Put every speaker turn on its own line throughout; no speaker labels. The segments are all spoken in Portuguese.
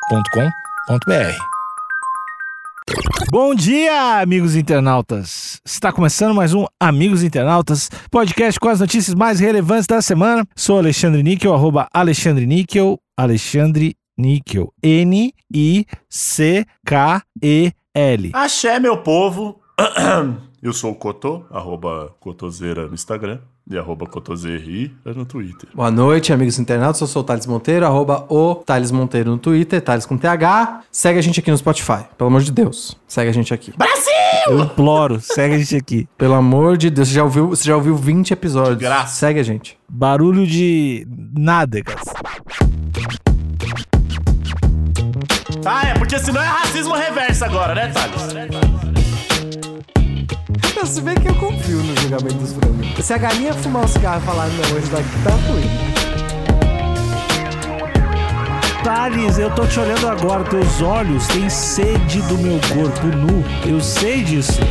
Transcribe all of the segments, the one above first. agenciadepodcast.com.br.
Bom dia, amigos internautas! Está começando mais um Amigos Internautas, podcast com as notícias mais relevantes da semana. Sou Alexandre Níquel, arroba Alexandre Níquel, Alexandre Níquel, N-I-C-K-E-L.
Axé, meu povo! Eu sou o Cotô, arroba Cotoseira no Instagram e arroba Cotoseiri no Twitter.
Boa noite, amigos internautas. Eu sou o Thales Monteiro, arroba o Thales Monteiro no Twitter, Thales com TH. Segue a gente aqui no Spotify, pelo amor de Deus. Segue a gente aqui.
Eu imploro, segue a gente aqui.
Pelo amor de Deus, você já ouviu, você já ouviu 20 episódios.
De graça.
Segue a gente.
Barulho de nada, cara.
Ah, é, porque senão é racismo reverso agora, né, Thales?
Se bem que eu confio no julgamento dos frangos. Se a galinha fumar um cigarro e falar, não, esse daqui tá ruim.
Thales, eu tô te olhando agora, teus olhos têm sede do meu corpo nu. Eu sei disso.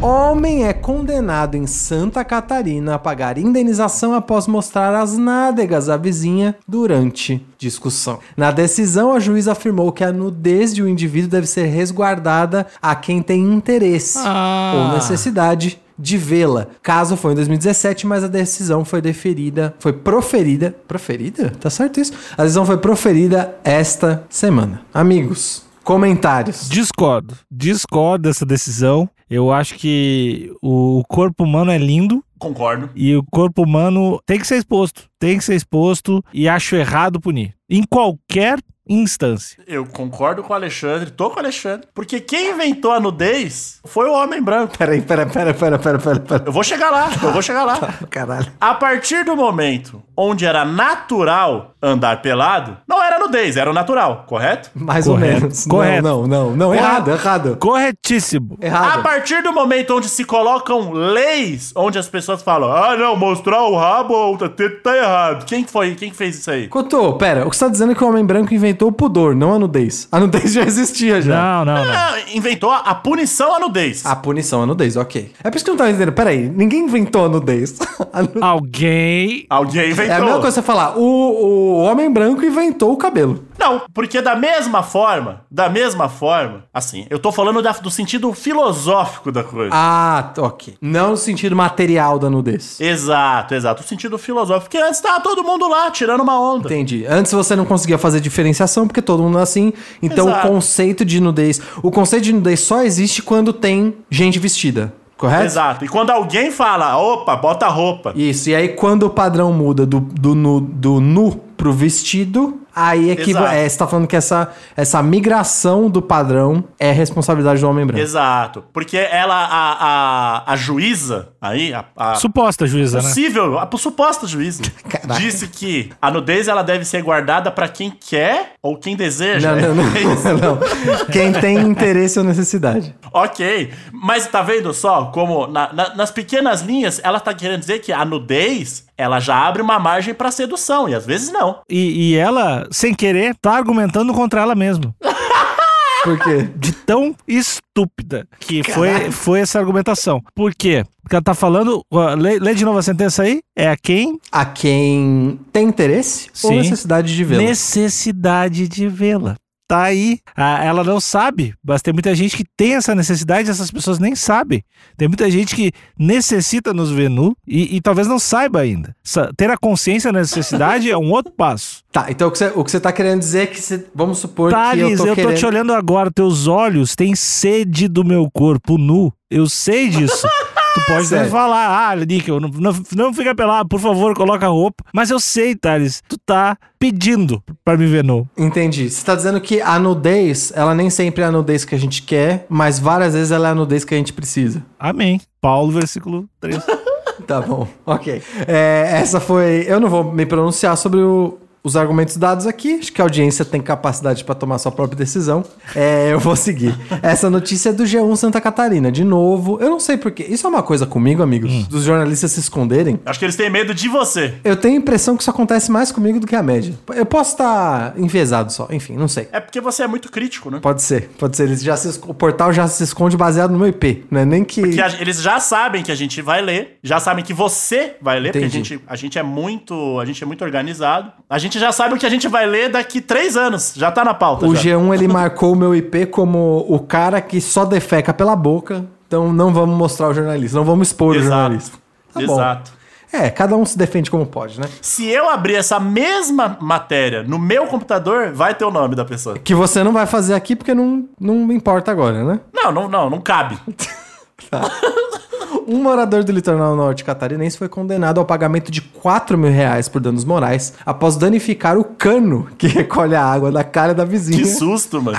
Homem é condenado em Santa Catarina a pagar indenização após mostrar as nádegas à vizinha durante discussão. Na decisão, a juíza afirmou que a nudez de um indivíduo deve ser resguardada a quem tem interesse
Ah.
ou necessidade de vê-la. Caso foi em 2017, mas a decisão foi deferida, foi proferida, proferida? Tá certo isso? A decisão foi proferida esta semana. Amigos, comentários.
Discordo. Discordo dessa decisão. Eu acho que o corpo humano é lindo
Concordo.
e o corpo humano tem que ser exposto. Tem que ser exposto e acho errado punir. Em qualquer instância.
Eu concordo com o Alexandre, tô com o Alexandre. Porque quem inventou a nudez foi o homem branco.
Peraí, peraí, peraí, peraí, peraí, peraí, peraí.
Eu vou chegar lá, eu vou chegar lá.
Caralho.
A partir do momento onde era natural andar pelado, não era nudez, era o natural, correto?
Mais ou
Correto,
menos.
correto.
Não, não, não, não. Errado, errado.
Corretíssimo.
A
Errado.
partir do momento onde se colocam leis, onde as pessoas falam, ah, não, mostrar o rabo ou a teta tá errado. Quem que foi? Quem que fez isso aí?
Cotô, pera, o que você tá dizendo é que o homem branco inventou o pudor, não a nudez. A nudez já existia já.
Não, não, não.
Ah, inventou a, a punição à nudez.
A punição, a nudez, ok. É por isso que eu não tava entendendo. Peraí, ninguém inventou a nudez. A nu-
Alguém.
Alguém
É a
inventou.
mesma coisa você falar, o, o homem branco inventou o cabelo.
Não, porque da mesma forma, da mesma forma, assim, eu tô falando da- do sentido filosófico da coisa.
Ah, ok. Não no sentido material da nudez.
Exato, exato. O sentido filosófico. Porque antes tava todo mundo lá, tirando uma onda.
Entendi. Antes você não conseguia fazer diferenciação porque todo mundo é assim. Então
Exato.
o conceito de nudez, o conceito de nudez só existe quando tem gente vestida, correto?
Exato. E quando alguém fala, opa, bota a roupa.
Isso, e aí quando o padrão muda do, do, nu, do nu pro vestido, aí é que
Exato.
é, você tá falando que essa, essa migração do padrão é responsabilidade do homem branco.
Exato. Porque ela, a, a, a juíza, aí, a, a
Suposta, juíza, né?
possível, a suposta juíza,
Caraca.
disse que a nudez ela deve ser guardada pra quem quer ou quem deseja.
Não, não, não,
É isso.
não. Quem tem interesse ou necessidade.
Ok, mas tá vendo só como na- na- nas pequenas linhas ela tá querendo dizer que a nudez ela já abre uma margem pra sedução e às vezes não.
E, e ela, sem querer, tá argumentando contra ela mesma.
Por quê?
de tão estúpida que foi, foi essa argumentação. Por quê? Porque ela tá falando. ó, Lê, lê de novo a sentença aí. É a quem
A quem tem interesse ou
Sim.
necessidade de vê-lo.
necessidade de vê-la. Tá aí. Ah, ela não sabe, mas tem muita gente que tem essa necessidade e essas pessoas nem sabem. Tem muita gente que necessita nos ver nu e, e talvez não saiba ainda. Sa- Ter a consciência da necessidade é um outro passo.
Tá, então o que você, o que você tá querendo dizer é que você, vamos supor que eu
Thales,
tô
eu tô,
querendo...
te olhando agora, teus olhos têm sede do meu corpo nu. Eu sei disso. tu pode até
Sério.
falar, ah, Níquel, não, não, não fica pelado, por favor, coloca a roupa. Mas eu sei, Thales, tu tá pedindo pra me ver nu.
Entendi. Você tá dizendo que a nudez, ela nem sempre é a nudez que a gente quer, mas várias vezes ela é a nudez que a gente precisa.
Amém. Paulo, versículo 3.
Tá bom, ok. É, essa foi. Eu não vou me pronunciar sobre o, os argumentos dados aqui, acho que a audiência tem capacidade para tomar sua própria decisão. É, eu vou seguir. Essa notícia é do G1 Santa Catarina, de novo. Eu não sei porquê. Isso é uma coisa comigo, amigos, dos jornalistas se esconderem.
Acho que eles têm medo de você.
Eu tenho a impressão que isso acontece mais comigo do que a média. Eu posso estar enviesado só, enfim, não sei.
É porque você é muito crítico, né?
Pode ser, pode ser. Eles já se, esc- o portal já se esconde baseado no meu IP, né? Nem que.
Que a- eles já sabem que a gente vai ler, já sabem que você vai ler, porque a
Entendi.
gente, a gente é muito, a gente é muito organizado. A gente já sabe o que a gente vai ler daqui três anos, já tá na pauta.
O
já.
G1 ele marcou o meu IP como o cara que só defeca pela boca. Então não vamos mostrar o jornalista, não vamos expor o
Exato.
jornalista. Tá bom.
Exato.
É, cada um se defende como pode, né?
Se eu abrir essa mesma matéria no meu computador, vai ter o nome da pessoa.
Que você não vai fazer aqui porque não, não importa agora, né?
Não, não, não, não cabe.
Um morador do litoral norte catarinense foi condenado ao pagamento de 4 mil reais por danos morais após danificar o cano que recolhe a água da cara da vizinha.
Que susto, mano.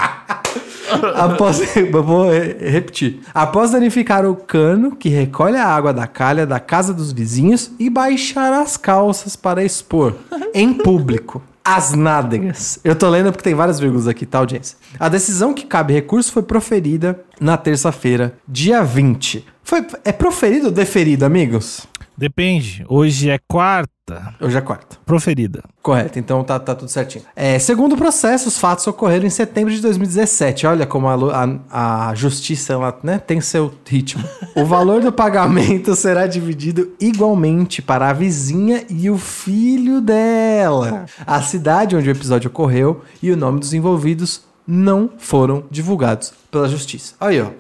Após, eu vou re- repetir. Após danificar o cano que recolhe a água da calha da casa dos vizinhos e baixar as calças para expor em público. As nádegas. Eu tô lendo porque tem várias vírgulas aqui, tá, audiência? A decisão que cabe recurso foi proferida na terça-feira, dia 20. Foi, é proferido ou deferido, amigos?
Depende. Hoje é quarta.
Hoje é quarta.
Proferida.
Correto, então tá, tá tudo certinho. É, segundo o processo, os fatos ocorreram em setembro de 2017. Olha como a, lu- a- a justiça ela, né, tem seu ritmo. O valor do pagamento será dividido igualmente para a vizinha e o filho dela. A cidade onde o episódio ocorreu e o nome dos envolvidos não foram divulgados pela justiça. Aí, ó.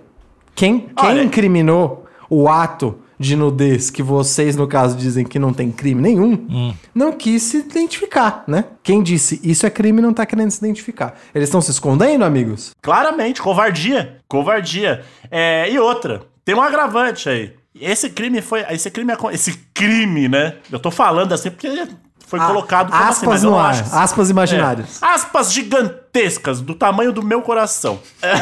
Quem, quem
Olha.
incriminou o ato de nudez que vocês, no caso, dizem que não tem crime nenhum,
Hum.
não quis se identificar, né? Quem disse isso é crime não tá querendo se identificar. Eles estão se escondendo, amigos?
Claramente, covardia. Covardia. É, e outra, tem um agravante aí. Esse crime foi. Esse crime é. co- Esse crime, né? Eu tô falando assim porque foi colocado como
Ah, aspas
assim, mas eu
no
não
ar,
acho.
aspas
É.
imaginárias.
Aspas gigantescas, do tamanho do meu coração. É.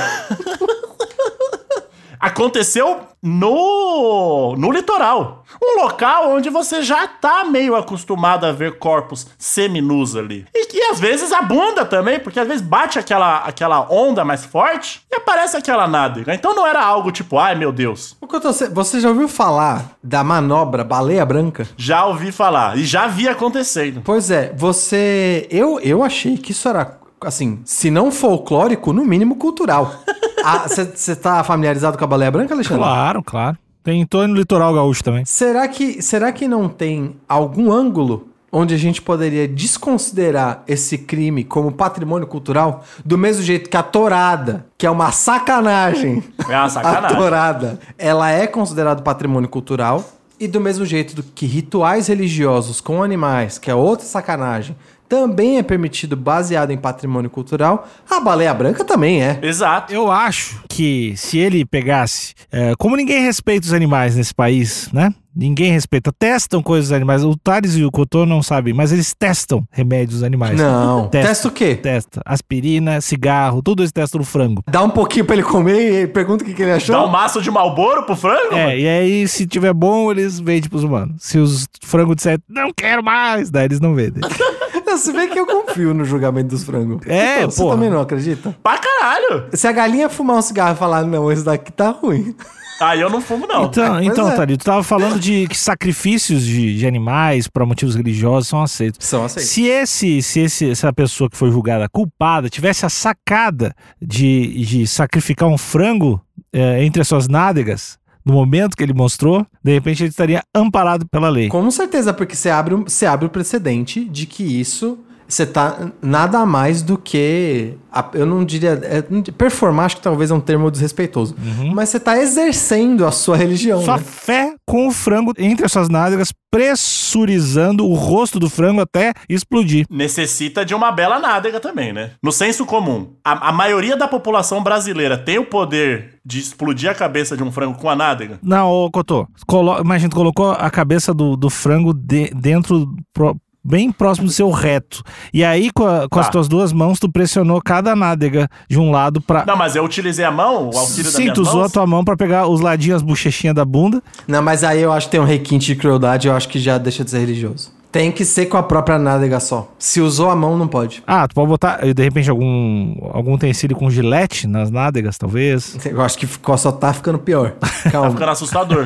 Aconteceu no, no litoral. Um local onde você já tá meio acostumado a ver corpos seminus ali. E que às vezes abunda também, porque às vezes bate aquela, aquela onda mais forte e aparece aquela nádega. Então não era algo tipo, ai meu Deus.
O que eu tô se- Você já ouviu falar da manobra baleia branca?
Já ouvi falar e já vi acontecendo.
Pois é, você. Eu, eu achei que isso era, assim, se não folclórico, no mínimo cultural. Você tá familiarizado com a baleia branca, Alexandre?
Claro, claro. Tem em torno do litoral gaúcho também.
Será que, será que não tem algum ângulo onde a gente poderia desconsiderar esse crime como patrimônio cultural? Do mesmo jeito que a torada, que é uma sacanagem.
É uma
A
sacanagem.
torada, ela é considerada patrimônio cultural. E do mesmo jeito do que rituais religiosos com animais, que é outra sacanagem, também é permitido baseado em patrimônio cultural, a baleia branca também é.
Exato.
Eu acho que se ele pegasse. é, como ninguém respeita os animais nesse país, né? Ninguém respeita. Testam coisas dos animais. O Thales e o Cotô não sabem, mas eles testam remédios dos animais.
Não.
Testa.
Testa o quê?
Testa. Aspirina, cigarro, tudo isso testa no frango.
Dá um pouquinho pra ele comer e pergunta o que, que ele achou.
Dá um maço de malboro pro frango? mano?
É, e aí, se tiver bom, eles vendem pros humanos. Se os frangos disserem, não quero mais, daí eles não vendem.
Ah, Não, se bem que eu confio no julgamento dos frangos.
É,
Então, Você
porra.
também não acredita?
Pra caralho!
Se a galinha fumar um cigarro e falar, não, esse daqui tá ruim.
Aí eu não fumo, não.
Então,
Pois
então
é.
Thalito, tu tava falando de que sacrifícios de, de animais para motivos religiosos são aceitos.
São aceitos.
Se, esse, se esse, essa pessoa que foi julgada culpada tivesse a sacada de, de sacrificar um frango eh, entre as suas nádegas, no momento que ele mostrou, de repente ele estaria amparado pela lei.
Com certeza, porque você abre, um- você abre o precedente de que isso. Você tá nada mais do que. a- eu não diria. é, não di- performar, acho que talvez é um termo desrespeitoso. Mas você tá exercendo a sua religião.
Sua
né?
fé com o frango entre as suas nádegas, pressurizando o rosto do frango até explodir.
Necessita de uma bela nádega também, né? No senso comum, a, a maioria da população brasileira tem o poder de explodir a cabeça de um frango com a nádega?
Não, ô Cotô, colo... imagina, tu colocou a cabeça do, do frango de- dentro, pro- bem próximo do seu reto. E aí, com, a- com
Tá.
as tuas duas mãos, tu pressionou cada nádega de um lado pra...
Não, mas eu utilizei a mão, o auxílio da
Sim,
minha
tu usou a tua mão pra pegar os ladinhos, as bochechinhas da bunda.
Não, mas aí eu acho que tem um requinte de crueldade, eu acho que já deixa de ser religioso. Tem que ser com a própria nádega só. Se usou a mão, não pode.
Ah, tu pode botar, eh, de repente, algum, algum utensílio com gilete nas nádegas, talvez.
Eu acho que ficou, só tá ficando pior.
Tá
Calma.
ficando assustador.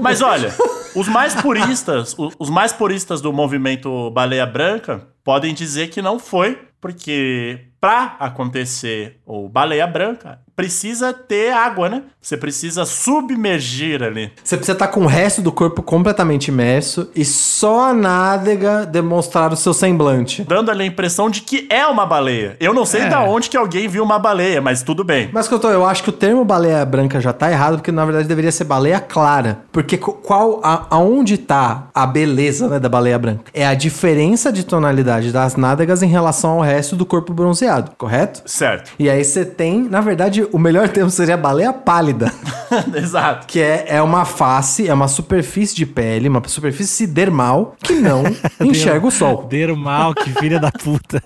Mas olha, os mais puristas, o- os mais puristas do movimento Baleia Branca podem dizer que não foi, porque pra acontecer o Baleia Branca precisa ter água, né? Você precisa submergir ali.
Você precisa estar com o resto do corpo completamente imerso e só a nádega demonstrar o seu semblante.
Dando ali a impressão de que é uma baleia. Eu não sei da onde que alguém viu uma baleia, mas tudo bem.
Mas, Couto, eu acho que o termo baleia branca já tá errado, porque na verdade deveria ser baleia clara. Porque co- qual, a- aonde tá a beleza né, da baleia branca? É a diferença de tonalidade das nádegas em relação ao resto do corpo bronzeado, correto?
Certo.
E aí você tem, na verdade, o melhor termo seria baleia pálida.
Exato.
Que é, é uma face, é uma superfície de pele, uma superfície sidermal que não
um
enxerga o sol.
Dermal, que filha da puta.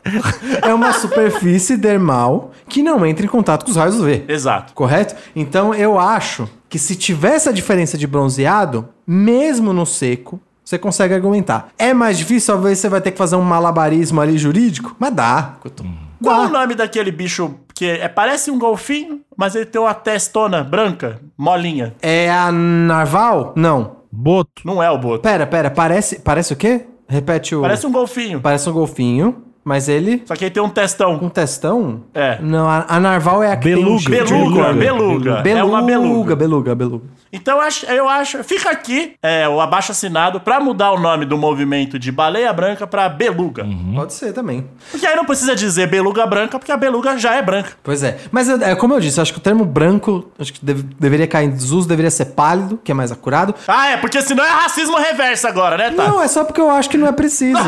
É uma superfície dermal que não entra em contato com os raios V.
Exato.
Correto? Então eu acho que se tivesse a diferença de bronzeado, mesmo no seco, você consegue argumentar. É mais difícil, talvez você vai ter que fazer um malabarismo ali jurídico, mas dá. Couto.
Qual o nome daquele bicho que é, parece um golfinho, mas ele tem uma testona branca, molinha?
É a narval? Não.
Boto.
Não é o boto.
Pera, pera, parece, parece o quê? Repete o
Parece um golfinho.
Parece um golfinho, mas ele
Só que aí tem um testão.
um testão?
É.
Não, a, a narval é a que tem um
Beluga.
giro de
Beluga,
olho.
beluga. É uma beluga.
Beluga, beluga, beluga.
Então eu acho, eu acho- fica aqui é, o abaixo assinado pra mudar o nome do movimento de baleia branca pra beluga.
Pode ser também.
Porque aí não precisa dizer beluga branca, porque a beluga já é branca.
Pois é. Mas eu- é, como eu disse, eu acho que o termo branco acho que deve- deveria cair em desuso, deveria ser pálido, que é mais acurado.
Ah, é, porque senão é racismo reverso agora, né, Tá?
Não, é só porque eu acho que não é preciso.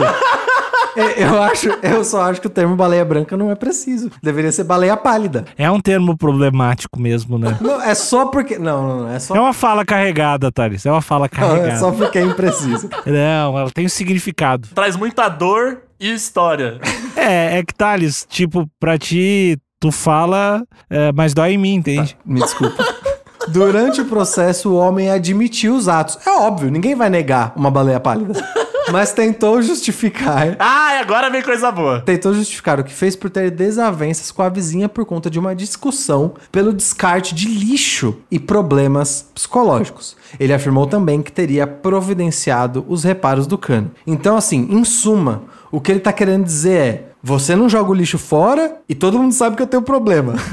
É, eu, acho, eu só acho que o termo baleia branca não é preciso. Deveria ser baleia pálida.
É um termo problemático mesmo, né?
Não, é só porque. Não, não, não. É só,
É uma fala carregada, Thales. É uma fala
não,
carregada.
é só porque é impreciso.
Não, ela tem um significado.
Traz muita dor e história.
É, é que Thales, tipo, pra ti, tu fala, é, mas dói em mim, entende?
Me desculpa. Durante o processo, o homem admitiu os atos. É óbvio, ninguém vai negar uma baleia pálida. Mas tentou justificar.
ah, e agora vem coisa boa.
Tentou justificar o que fez por ter desavenças com a vizinha por conta de uma discussão pelo descarte de lixo e problemas psicológicos. Ele afirmou também que teria providenciado os reparos do cano. Então, assim, em suma, o que ele tá querendo dizer é: você não joga o lixo fora e todo mundo sabe que eu tenho problema.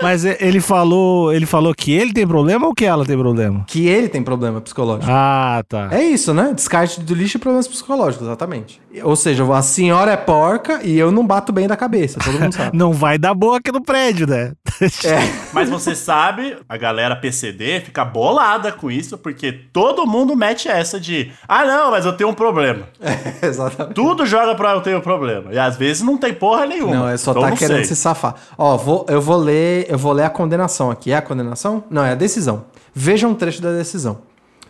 Mas e- ele falou, ele falou que ele tem problema ou que ela tem problema?
que ele tem problema psicológico.
Ah, tá.
É isso, né? Descarte do lixo e problemas psicológicos, exatamente. Ou seja, a senhora é porca e eu não bato bem da cabeça, todo mundo sabe.
Não vai dar boa aqui no prédio, né?
É.
Mas você sabe, a galera PCD fica bolada com isso, porque todo mundo mete essa de: ah, não, mas eu tenho um problema.
É, exatamente.
Tudo joga pra eu tenho problema. E às vezes não tem porra nenhuma.
Não, é só
Então
tá
não
querendo
sei.
se safar. Ó, vou- eu vou ler, eu vou ler a condenação aqui. É a condenação? Não, é a decisão. Veja um trecho da decisão.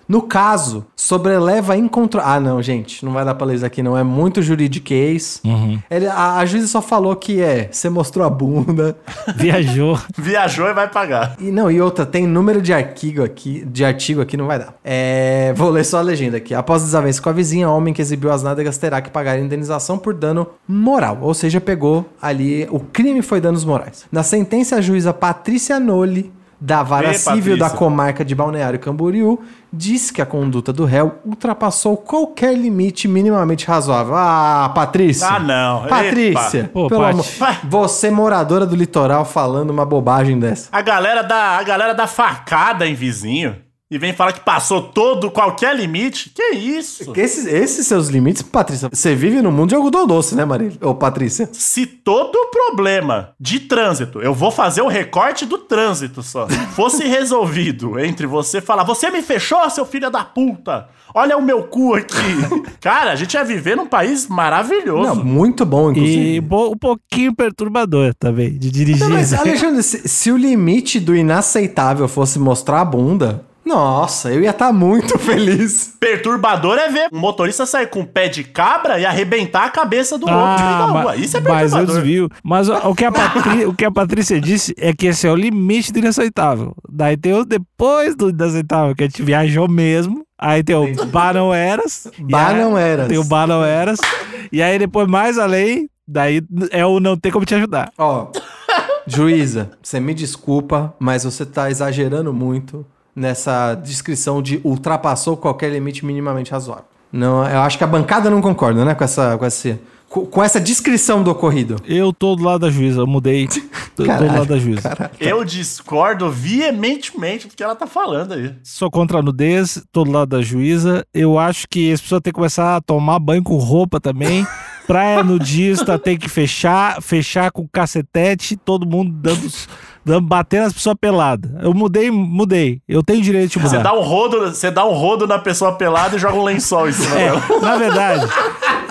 No caso, sobreleva incontro... Ah, não, gente, não vai dar pra ler isso aqui, não. É muito juridiquês. Ele, a, a juíza só falou que é, você mostrou a bunda.
Viajou.
Viajou e vai pagar.
E não, e outra, tem número de artigo aqui, de artigo aqui, não vai dar. É, vou ler só a legenda aqui. Após desavença com a vizinha, homem que exibiu as nádegas terá que pagar indenização por dano moral. Ou seja, pegou ali, o crime foi danos morais. Na sentença, a juíza Patrícia Noli, da vara
Ê,
civil da
Patrícia.
comarca de Balneário Camboriú, diz que a conduta do réu ultrapassou qualquer limite minimamente razoável. Ah, Patrícia!
Ah, não.
Patrícia!
Epa.
Pô,
pelo
Paty.
amor... Você, moradora do litoral, falando uma bobagem dessa.
A galera dá, a galera dá facada em vizinho e vem falar que passou todo qualquer limite. Que isso?
Que Esses, esses seus limites, Patrícia, você vive no mundo de algodão doce, né, Marília? Ô, Patrícia.
Se todo problema de trânsito, eu vou fazer o recorte do trânsito só, fosse resolvido entre você falar, você me fechou, seu filho da puta, olha o meu cu aqui. Cara, a gente ia viver num país maravilhoso.
Não, muito bom, inclusive.
E bo- um pouquinho perturbador também, de dirigir.
Não, mas, é
né?
Alexandre, se, se o limite do inaceitável fosse mostrar a bunda, Nossa, eu ia estar muito feliz.
Perturbador é ver um motorista sair com o pé de cabra e arrebentar a cabeça do outro no meio da
Ah, ma-
rua. Isso é
mas eu
perturbador.
desvio. Mas o, o que a Patri- o que a Patrícia disse é que esse é o limite do inaceitável. Daí tem o depois do inaceitável, que a gente viajou mesmo. Aí tem o Bar não eras. e
Bah,
aí-
não eras.
Tem o Bar não eras. E aí depois, mais além, daí é o não ter como te ajudar.
Ó, juíza, você me desculpa, mas você tá exagerando muito nessa descrição de ultrapassou qualquer limite minimamente razoável. Não, eu acho que a bancada não concorda, né, com essa, com esse, com, com essa descrição do ocorrido.
Eu tô do lado da juíza, eu mudei. Tô do
Caralho,
lado da juíza.
Eu discordo veementemente do que ela tá falando aí.
Sou contra a nudez, tô do lado da juíza. Eu acho que as pessoas têm que começar a tomar banho com roupa também. Praia nudista tem que fechar, fechar com cacetete, todo mundo dando, dando batendo as pessoas peladas. Eu mudei, mudei. Eu tenho direito de
Você
mudar.
dá um rodo, você dá um rodo na pessoa pelada e joga um lençol em cima dela.
É, na verdade,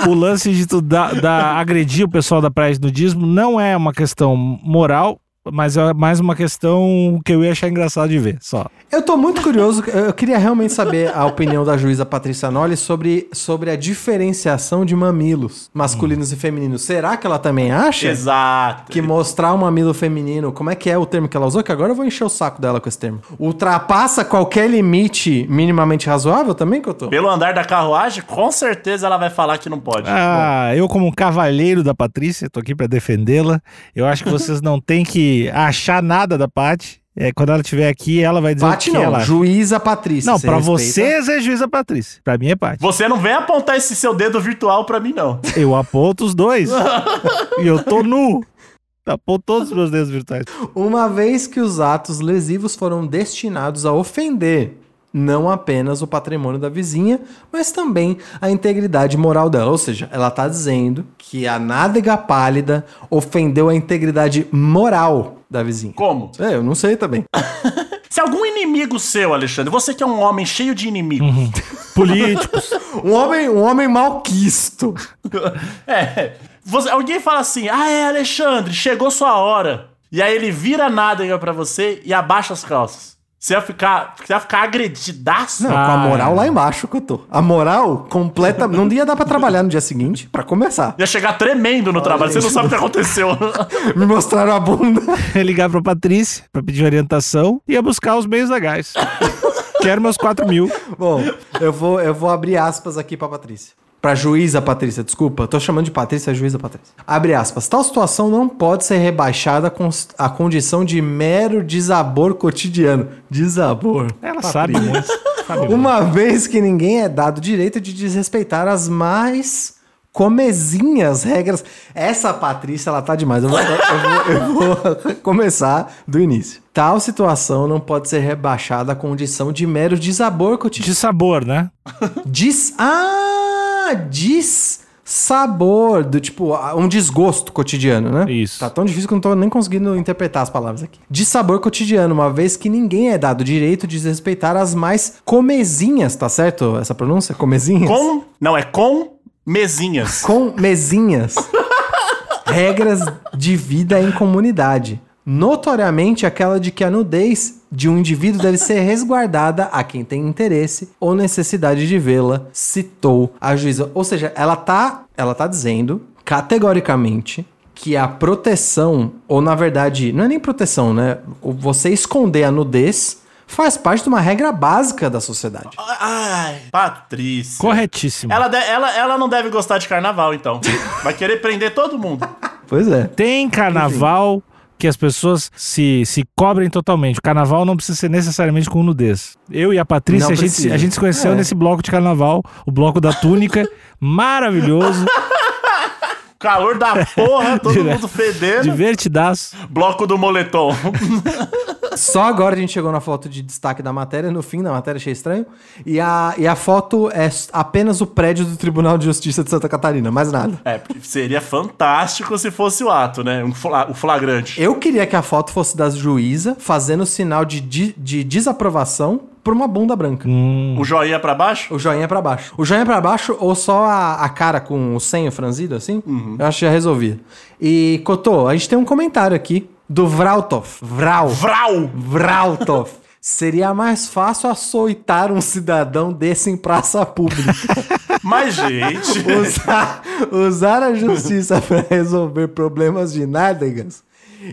o lance de tu da, da- agredir o pessoal da praia de nudismo não é uma questão moral, mas é mais uma questão que eu ia achar engraçado de ver, só.
Eu tô muito curioso, eu eu queria realmente saber a opinião da juíza Patrícia Nolli sobre, sobre a diferenciação de mamilos masculinos e femininos. Será que ela também acha?
Exato.
Que mostrar um mamilo feminino, como é que é o termo que ela usou? Que agora eu vou encher o saco dela com esse termo. Ultrapassa qualquer limite minimamente razoável também, que eu tô?
Pelo andar da carruagem, com certeza ela vai falar que não pode.
Ah, eu como cavalheiro da Patrícia, tô aqui pra defendê-la. Eu acho que vocês não têm que achar nada da Paty. É, quando ela estiver aqui, ela vai dizer
Pati
o que
não,
ela acha.
juíza Patrícia.
Não,
você
pra
respeita?
vocês é juíza Patrícia. Pra mim é Paty.
Você não vem apontar esse seu dedo virtual pra mim, não.
Eu aponto os dois. e eu tô nu. Aponto todos os meus dedos virtuais.
Uma vez que os atos lesivos foram destinados a ofender não apenas o patrimônio da vizinha, mas também a integridade moral dela. Ou seja, ela tá dizendo que a nádega pálida ofendeu a integridade moral da vizinha.
Como?
É, eu não sei também.
Se algum inimigo seu, Alexandre, você que é um homem cheio de inimigos.
Uhum.
Políticos.
Um homem, um homem malquisto.
É. Você- alguém fala assim: ah, é, Alexandre, chegou sua hora. E aí ele vira a nádega pra você e abaixa as calças. Você vai ficar, você vai ficar agredidaço.
Não, com a
Ah,
moral
é.
lá embaixo que eu tô. A moral completa. Não ia dar pra trabalhar no dia seguinte, pra começar.
é. Ia chegar tremendo no trabalho, você não sabe o que aconteceu.
Me mostraram a bunda.
É Ligar pra Patrícia pra pedir orientação e ia buscar os meios legais. Quero meus 4 mil.
Bom, eu vou, eu vou abrir aspas aqui pra Patrícia. Pra juíza Patrícia, desculpa. eu Tô chamando de Patrícia, é juíza Patrícia. Abre aspas. Tal situação não pode ser rebaixada com a condição de mero desabor cotidiano. Desabor.
Ela sabe muito. Sabe muito.
Uma vez que ninguém é dado o direito de desrespeitar as mais comezinhas regras. Essa Patrícia, ela tá demais. Eu vou, eu vou- eu vou começar do início. Tal situação não pode ser rebaixada à condição de mero desabor cotidiano.
De sabor, né?
Diz. Ah! Diz. Sabor, do tipo, ah, um desgosto cotidiano, né?
Isso.
Tá tão difícil que eu não tô nem conseguindo interpretar as palavras aqui. De sabor cotidiano, uma vez que ninguém é dado o direito de desrespeitar as mais comezinhas, tá certo? Essa pronúncia? Comezinhas?
com. Não, é com mesinhas.
Com mesinhas. regras de vida em comunidade. Notoriamente aquela de que a nudez de um indivíduo deve ser resguardada a quem tem interesse ou necessidade de vê-la, citou a juíza. Ou seja, ela tá, ela tá dizendo categoricamente que a proteção, ou na verdade, não é nem proteção, né? O- Você esconder a nudez faz parte de uma regra básica da sociedade.
Ai, Patrícia.
Corretíssimo.
Ela, de- ela, ela não deve gostar de carnaval, então. Vai querer prender todo mundo.
Pois é.
Tem carnaval que as pessoas se, se cobrem totalmente. O carnaval não precisa ser necessariamente com nudez. Eu e a Patrícia,
Não
a gente, se-
precisa.
a gente se conheceu
É.
nesse bloco de carnaval, o bloco da túnica, maravilhoso,
Calor da porra, todo
Direto.
mundo fedendo.
divertidaço.
Bloco do moletom.
Só agora a gente chegou na foto de destaque da matéria, no fim da matéria, achei estranho. E a, e a foto é s- apenas o prédio do Tribunal de Justiça de Santa Catarina, mais nada.
É, porque seria fantástico se fosse o ato, né? Um fla- o flagrante.
Eu queria que a foto fosse da juíza fazendo sinal de, de, de desaprovação por uma bunda branca.
O joinha pra baixo?
O joinha pra baixo. O joinha pra baixo ou só a, a cara com o senho franzido, assim? Eu acho que já resolvia. E, Cotô, a gente tem um comentário aqui do Vraltov. Vral.
Vral!
Vraltov. Seria mais fácil açoitar um cidadão desse em praça pública.
Mas, gente.
usar, usar a justiça para resolver problemas de nádegas.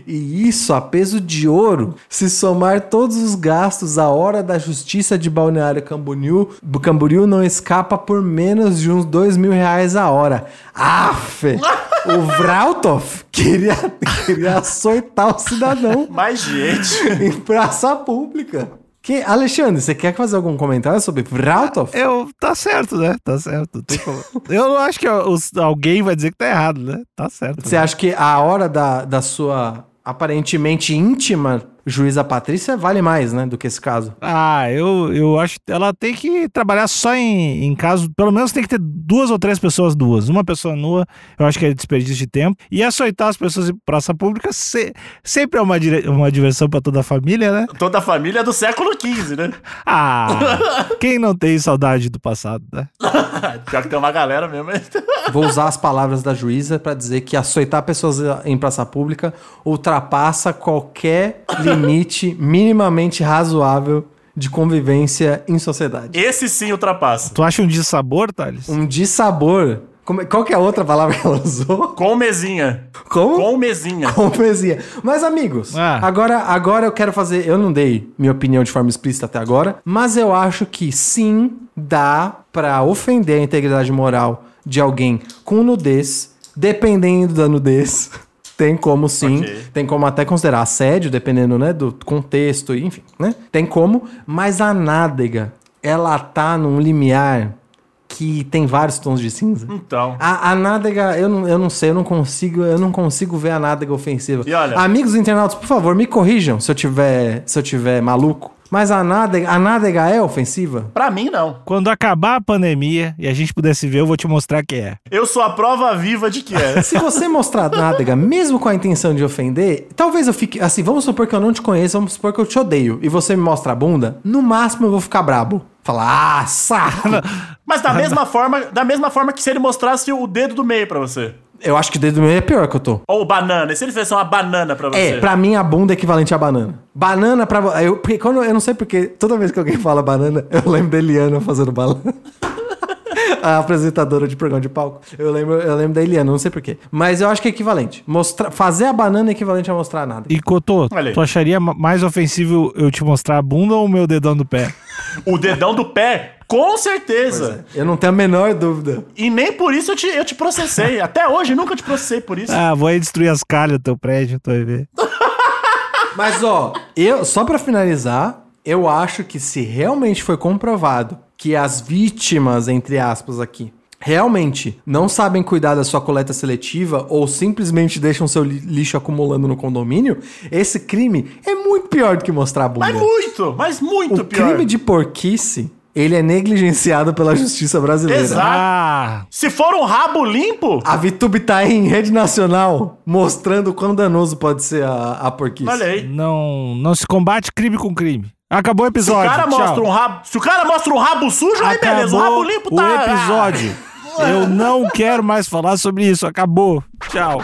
E isso a peso de ouro, se somar todos os gastos, a hora da justiça de Balneário Camboriú, Camboriú não escapa por menos de uns dois mil reais a hora. Aff! o Vrautoff queria, queria açoitar o cidadão
Mas, gente.
em praça pública. Que, Alexandre, você quer fazer algum comentário sobre Vrautoff?
Eu, tá certo, né? Tá certo. não tem como. Eu não acho que os- alguém vai dizer que tá errado, né? Tá certo.
Você acha que a hora da, da sua aparentemente íntima juíza Patrícia vale mais, né, do que esse caso?
Ah, eu, eu acho que ela tem que trabalhar só em, em caso. Pelo menos tem que ter duas ou três pessoas duas. Uma pessoa nua, eu acho que é desperdício de tempo. E açoitar as pessoas em praça pública se- sempre é uma, dire- uma diversão pra toda a família, né?
Toda a família é do século XV, né?
Ah, quem não tem saudade do passado, né?
Pior que tem uma galera mesmo.
Vou usar as palavras da juíza para dizer que açoitar pessoas em praça pública ultrapassa qualquer limite minimamente razoável de convivência em sociedade.
Esse sim ultrapassa.
Tu acha um dissabor, Thales?
Um dissabor. Como é- Qual que é a outra palavra que ela usou?
Com mesinha.
Como?
Com mesinha.
Confesia. Mas, amigos,
Ah.
agora, agora eu quero fazer. Eu não dei minha opinião de forma explícita até agora, mas eu acho que sim dá pra ofender a integridade moral de alguém com nudez, dependendo da nudez. Tem como sim,
Ok.
tem como até considerar assédio, dependendo né, do contexto, enfim, né? Tem como, mas a nádega, ela tá num limiar que tem vários tons de cinza.
Então.
A, a nádega, eu não, eu não sei, eu não consigo, eu não consigo ver a nádega ofensiva.
E olha-
Amigos internautas, por favor, me corrijam se eu tiver, se eu tiver maluco. Mas a nádega, a nádega é ofensiva?
Pra mim, não.
Quando acabar a pandemia e a gente puder se ver, eu vou te mostrar que é.
Eu sou a prova viva de que é.
Se você mostrar a nádega, mesmo com a intenção de ofender, talvez eu fique assim, vamos supor que eu não te conheço, vamos supor que eu te odeio e você me mostra a bunda, no máximo eu vou ficar brabo. Falar, ah, saco.
Mas da mesma forma, da mesma forma que se ele mostrasse o dedo do meio pra você.
Eu acho que o dedo meu é pior que eu tô.
Ou banana. E se ele fizesse uma banana pra você?
É, pra mim a bunda é equivalente à banana. Banana pra. vo- Eu, porque quando, eu não sei porque, toda vez que alguém fala banana, eu lembro da Eliana fazendo banana. A apresentadora de programa de palco. Eu lembro, eu lembro da Eliana, não sei porquê. Mas eu acho que é equivalente. Mostra, fazer a banana é equivalente a mostrar nada.
E Cotô,
Olha aí.
tu acharia ma- mais ofensivo eu te mostrar a bunda ou o meu dedão do pé?
O dedão do pé, com certeza.
Eu não tenho a menor dúvida.
E nem por isso eu te, eu te processei. Até hoje eu nunca te processei por isso.
Ah, vou aí destruir as calhas do teu prédio, tu vai ver.
Mas ó, eu só pra finalizar, eu acho que se realmente foi comprovado que as vítimas, entre aspas aqui, realmente não sabem cuidar da sua coleta seletiva ou simplesmente deixam seu li- lixo acumulando no condomínio, esse crime é muito pior do que mostrar a bunda.
Mas muito, mas muito
o
pior.
crime de porquice, ele é negligenciado pela justiça brasileira.
Exato.
Ah,
Se for um rabo limpo,
A Vitube tá aí em rede nacional mostrando o quão danoso pode ser a, a porquice.
olha aí.
não, não se combate crime com crime. Acabou o
Se o
episódio.
cara
tchau.
mostra um rabo. Se o cara mostra um rabo sujo, aí
Acabou
beleza. O rabo limpo tá.
o episódio. Eu não quero mais falar sobre isso. Acabou. Tchau.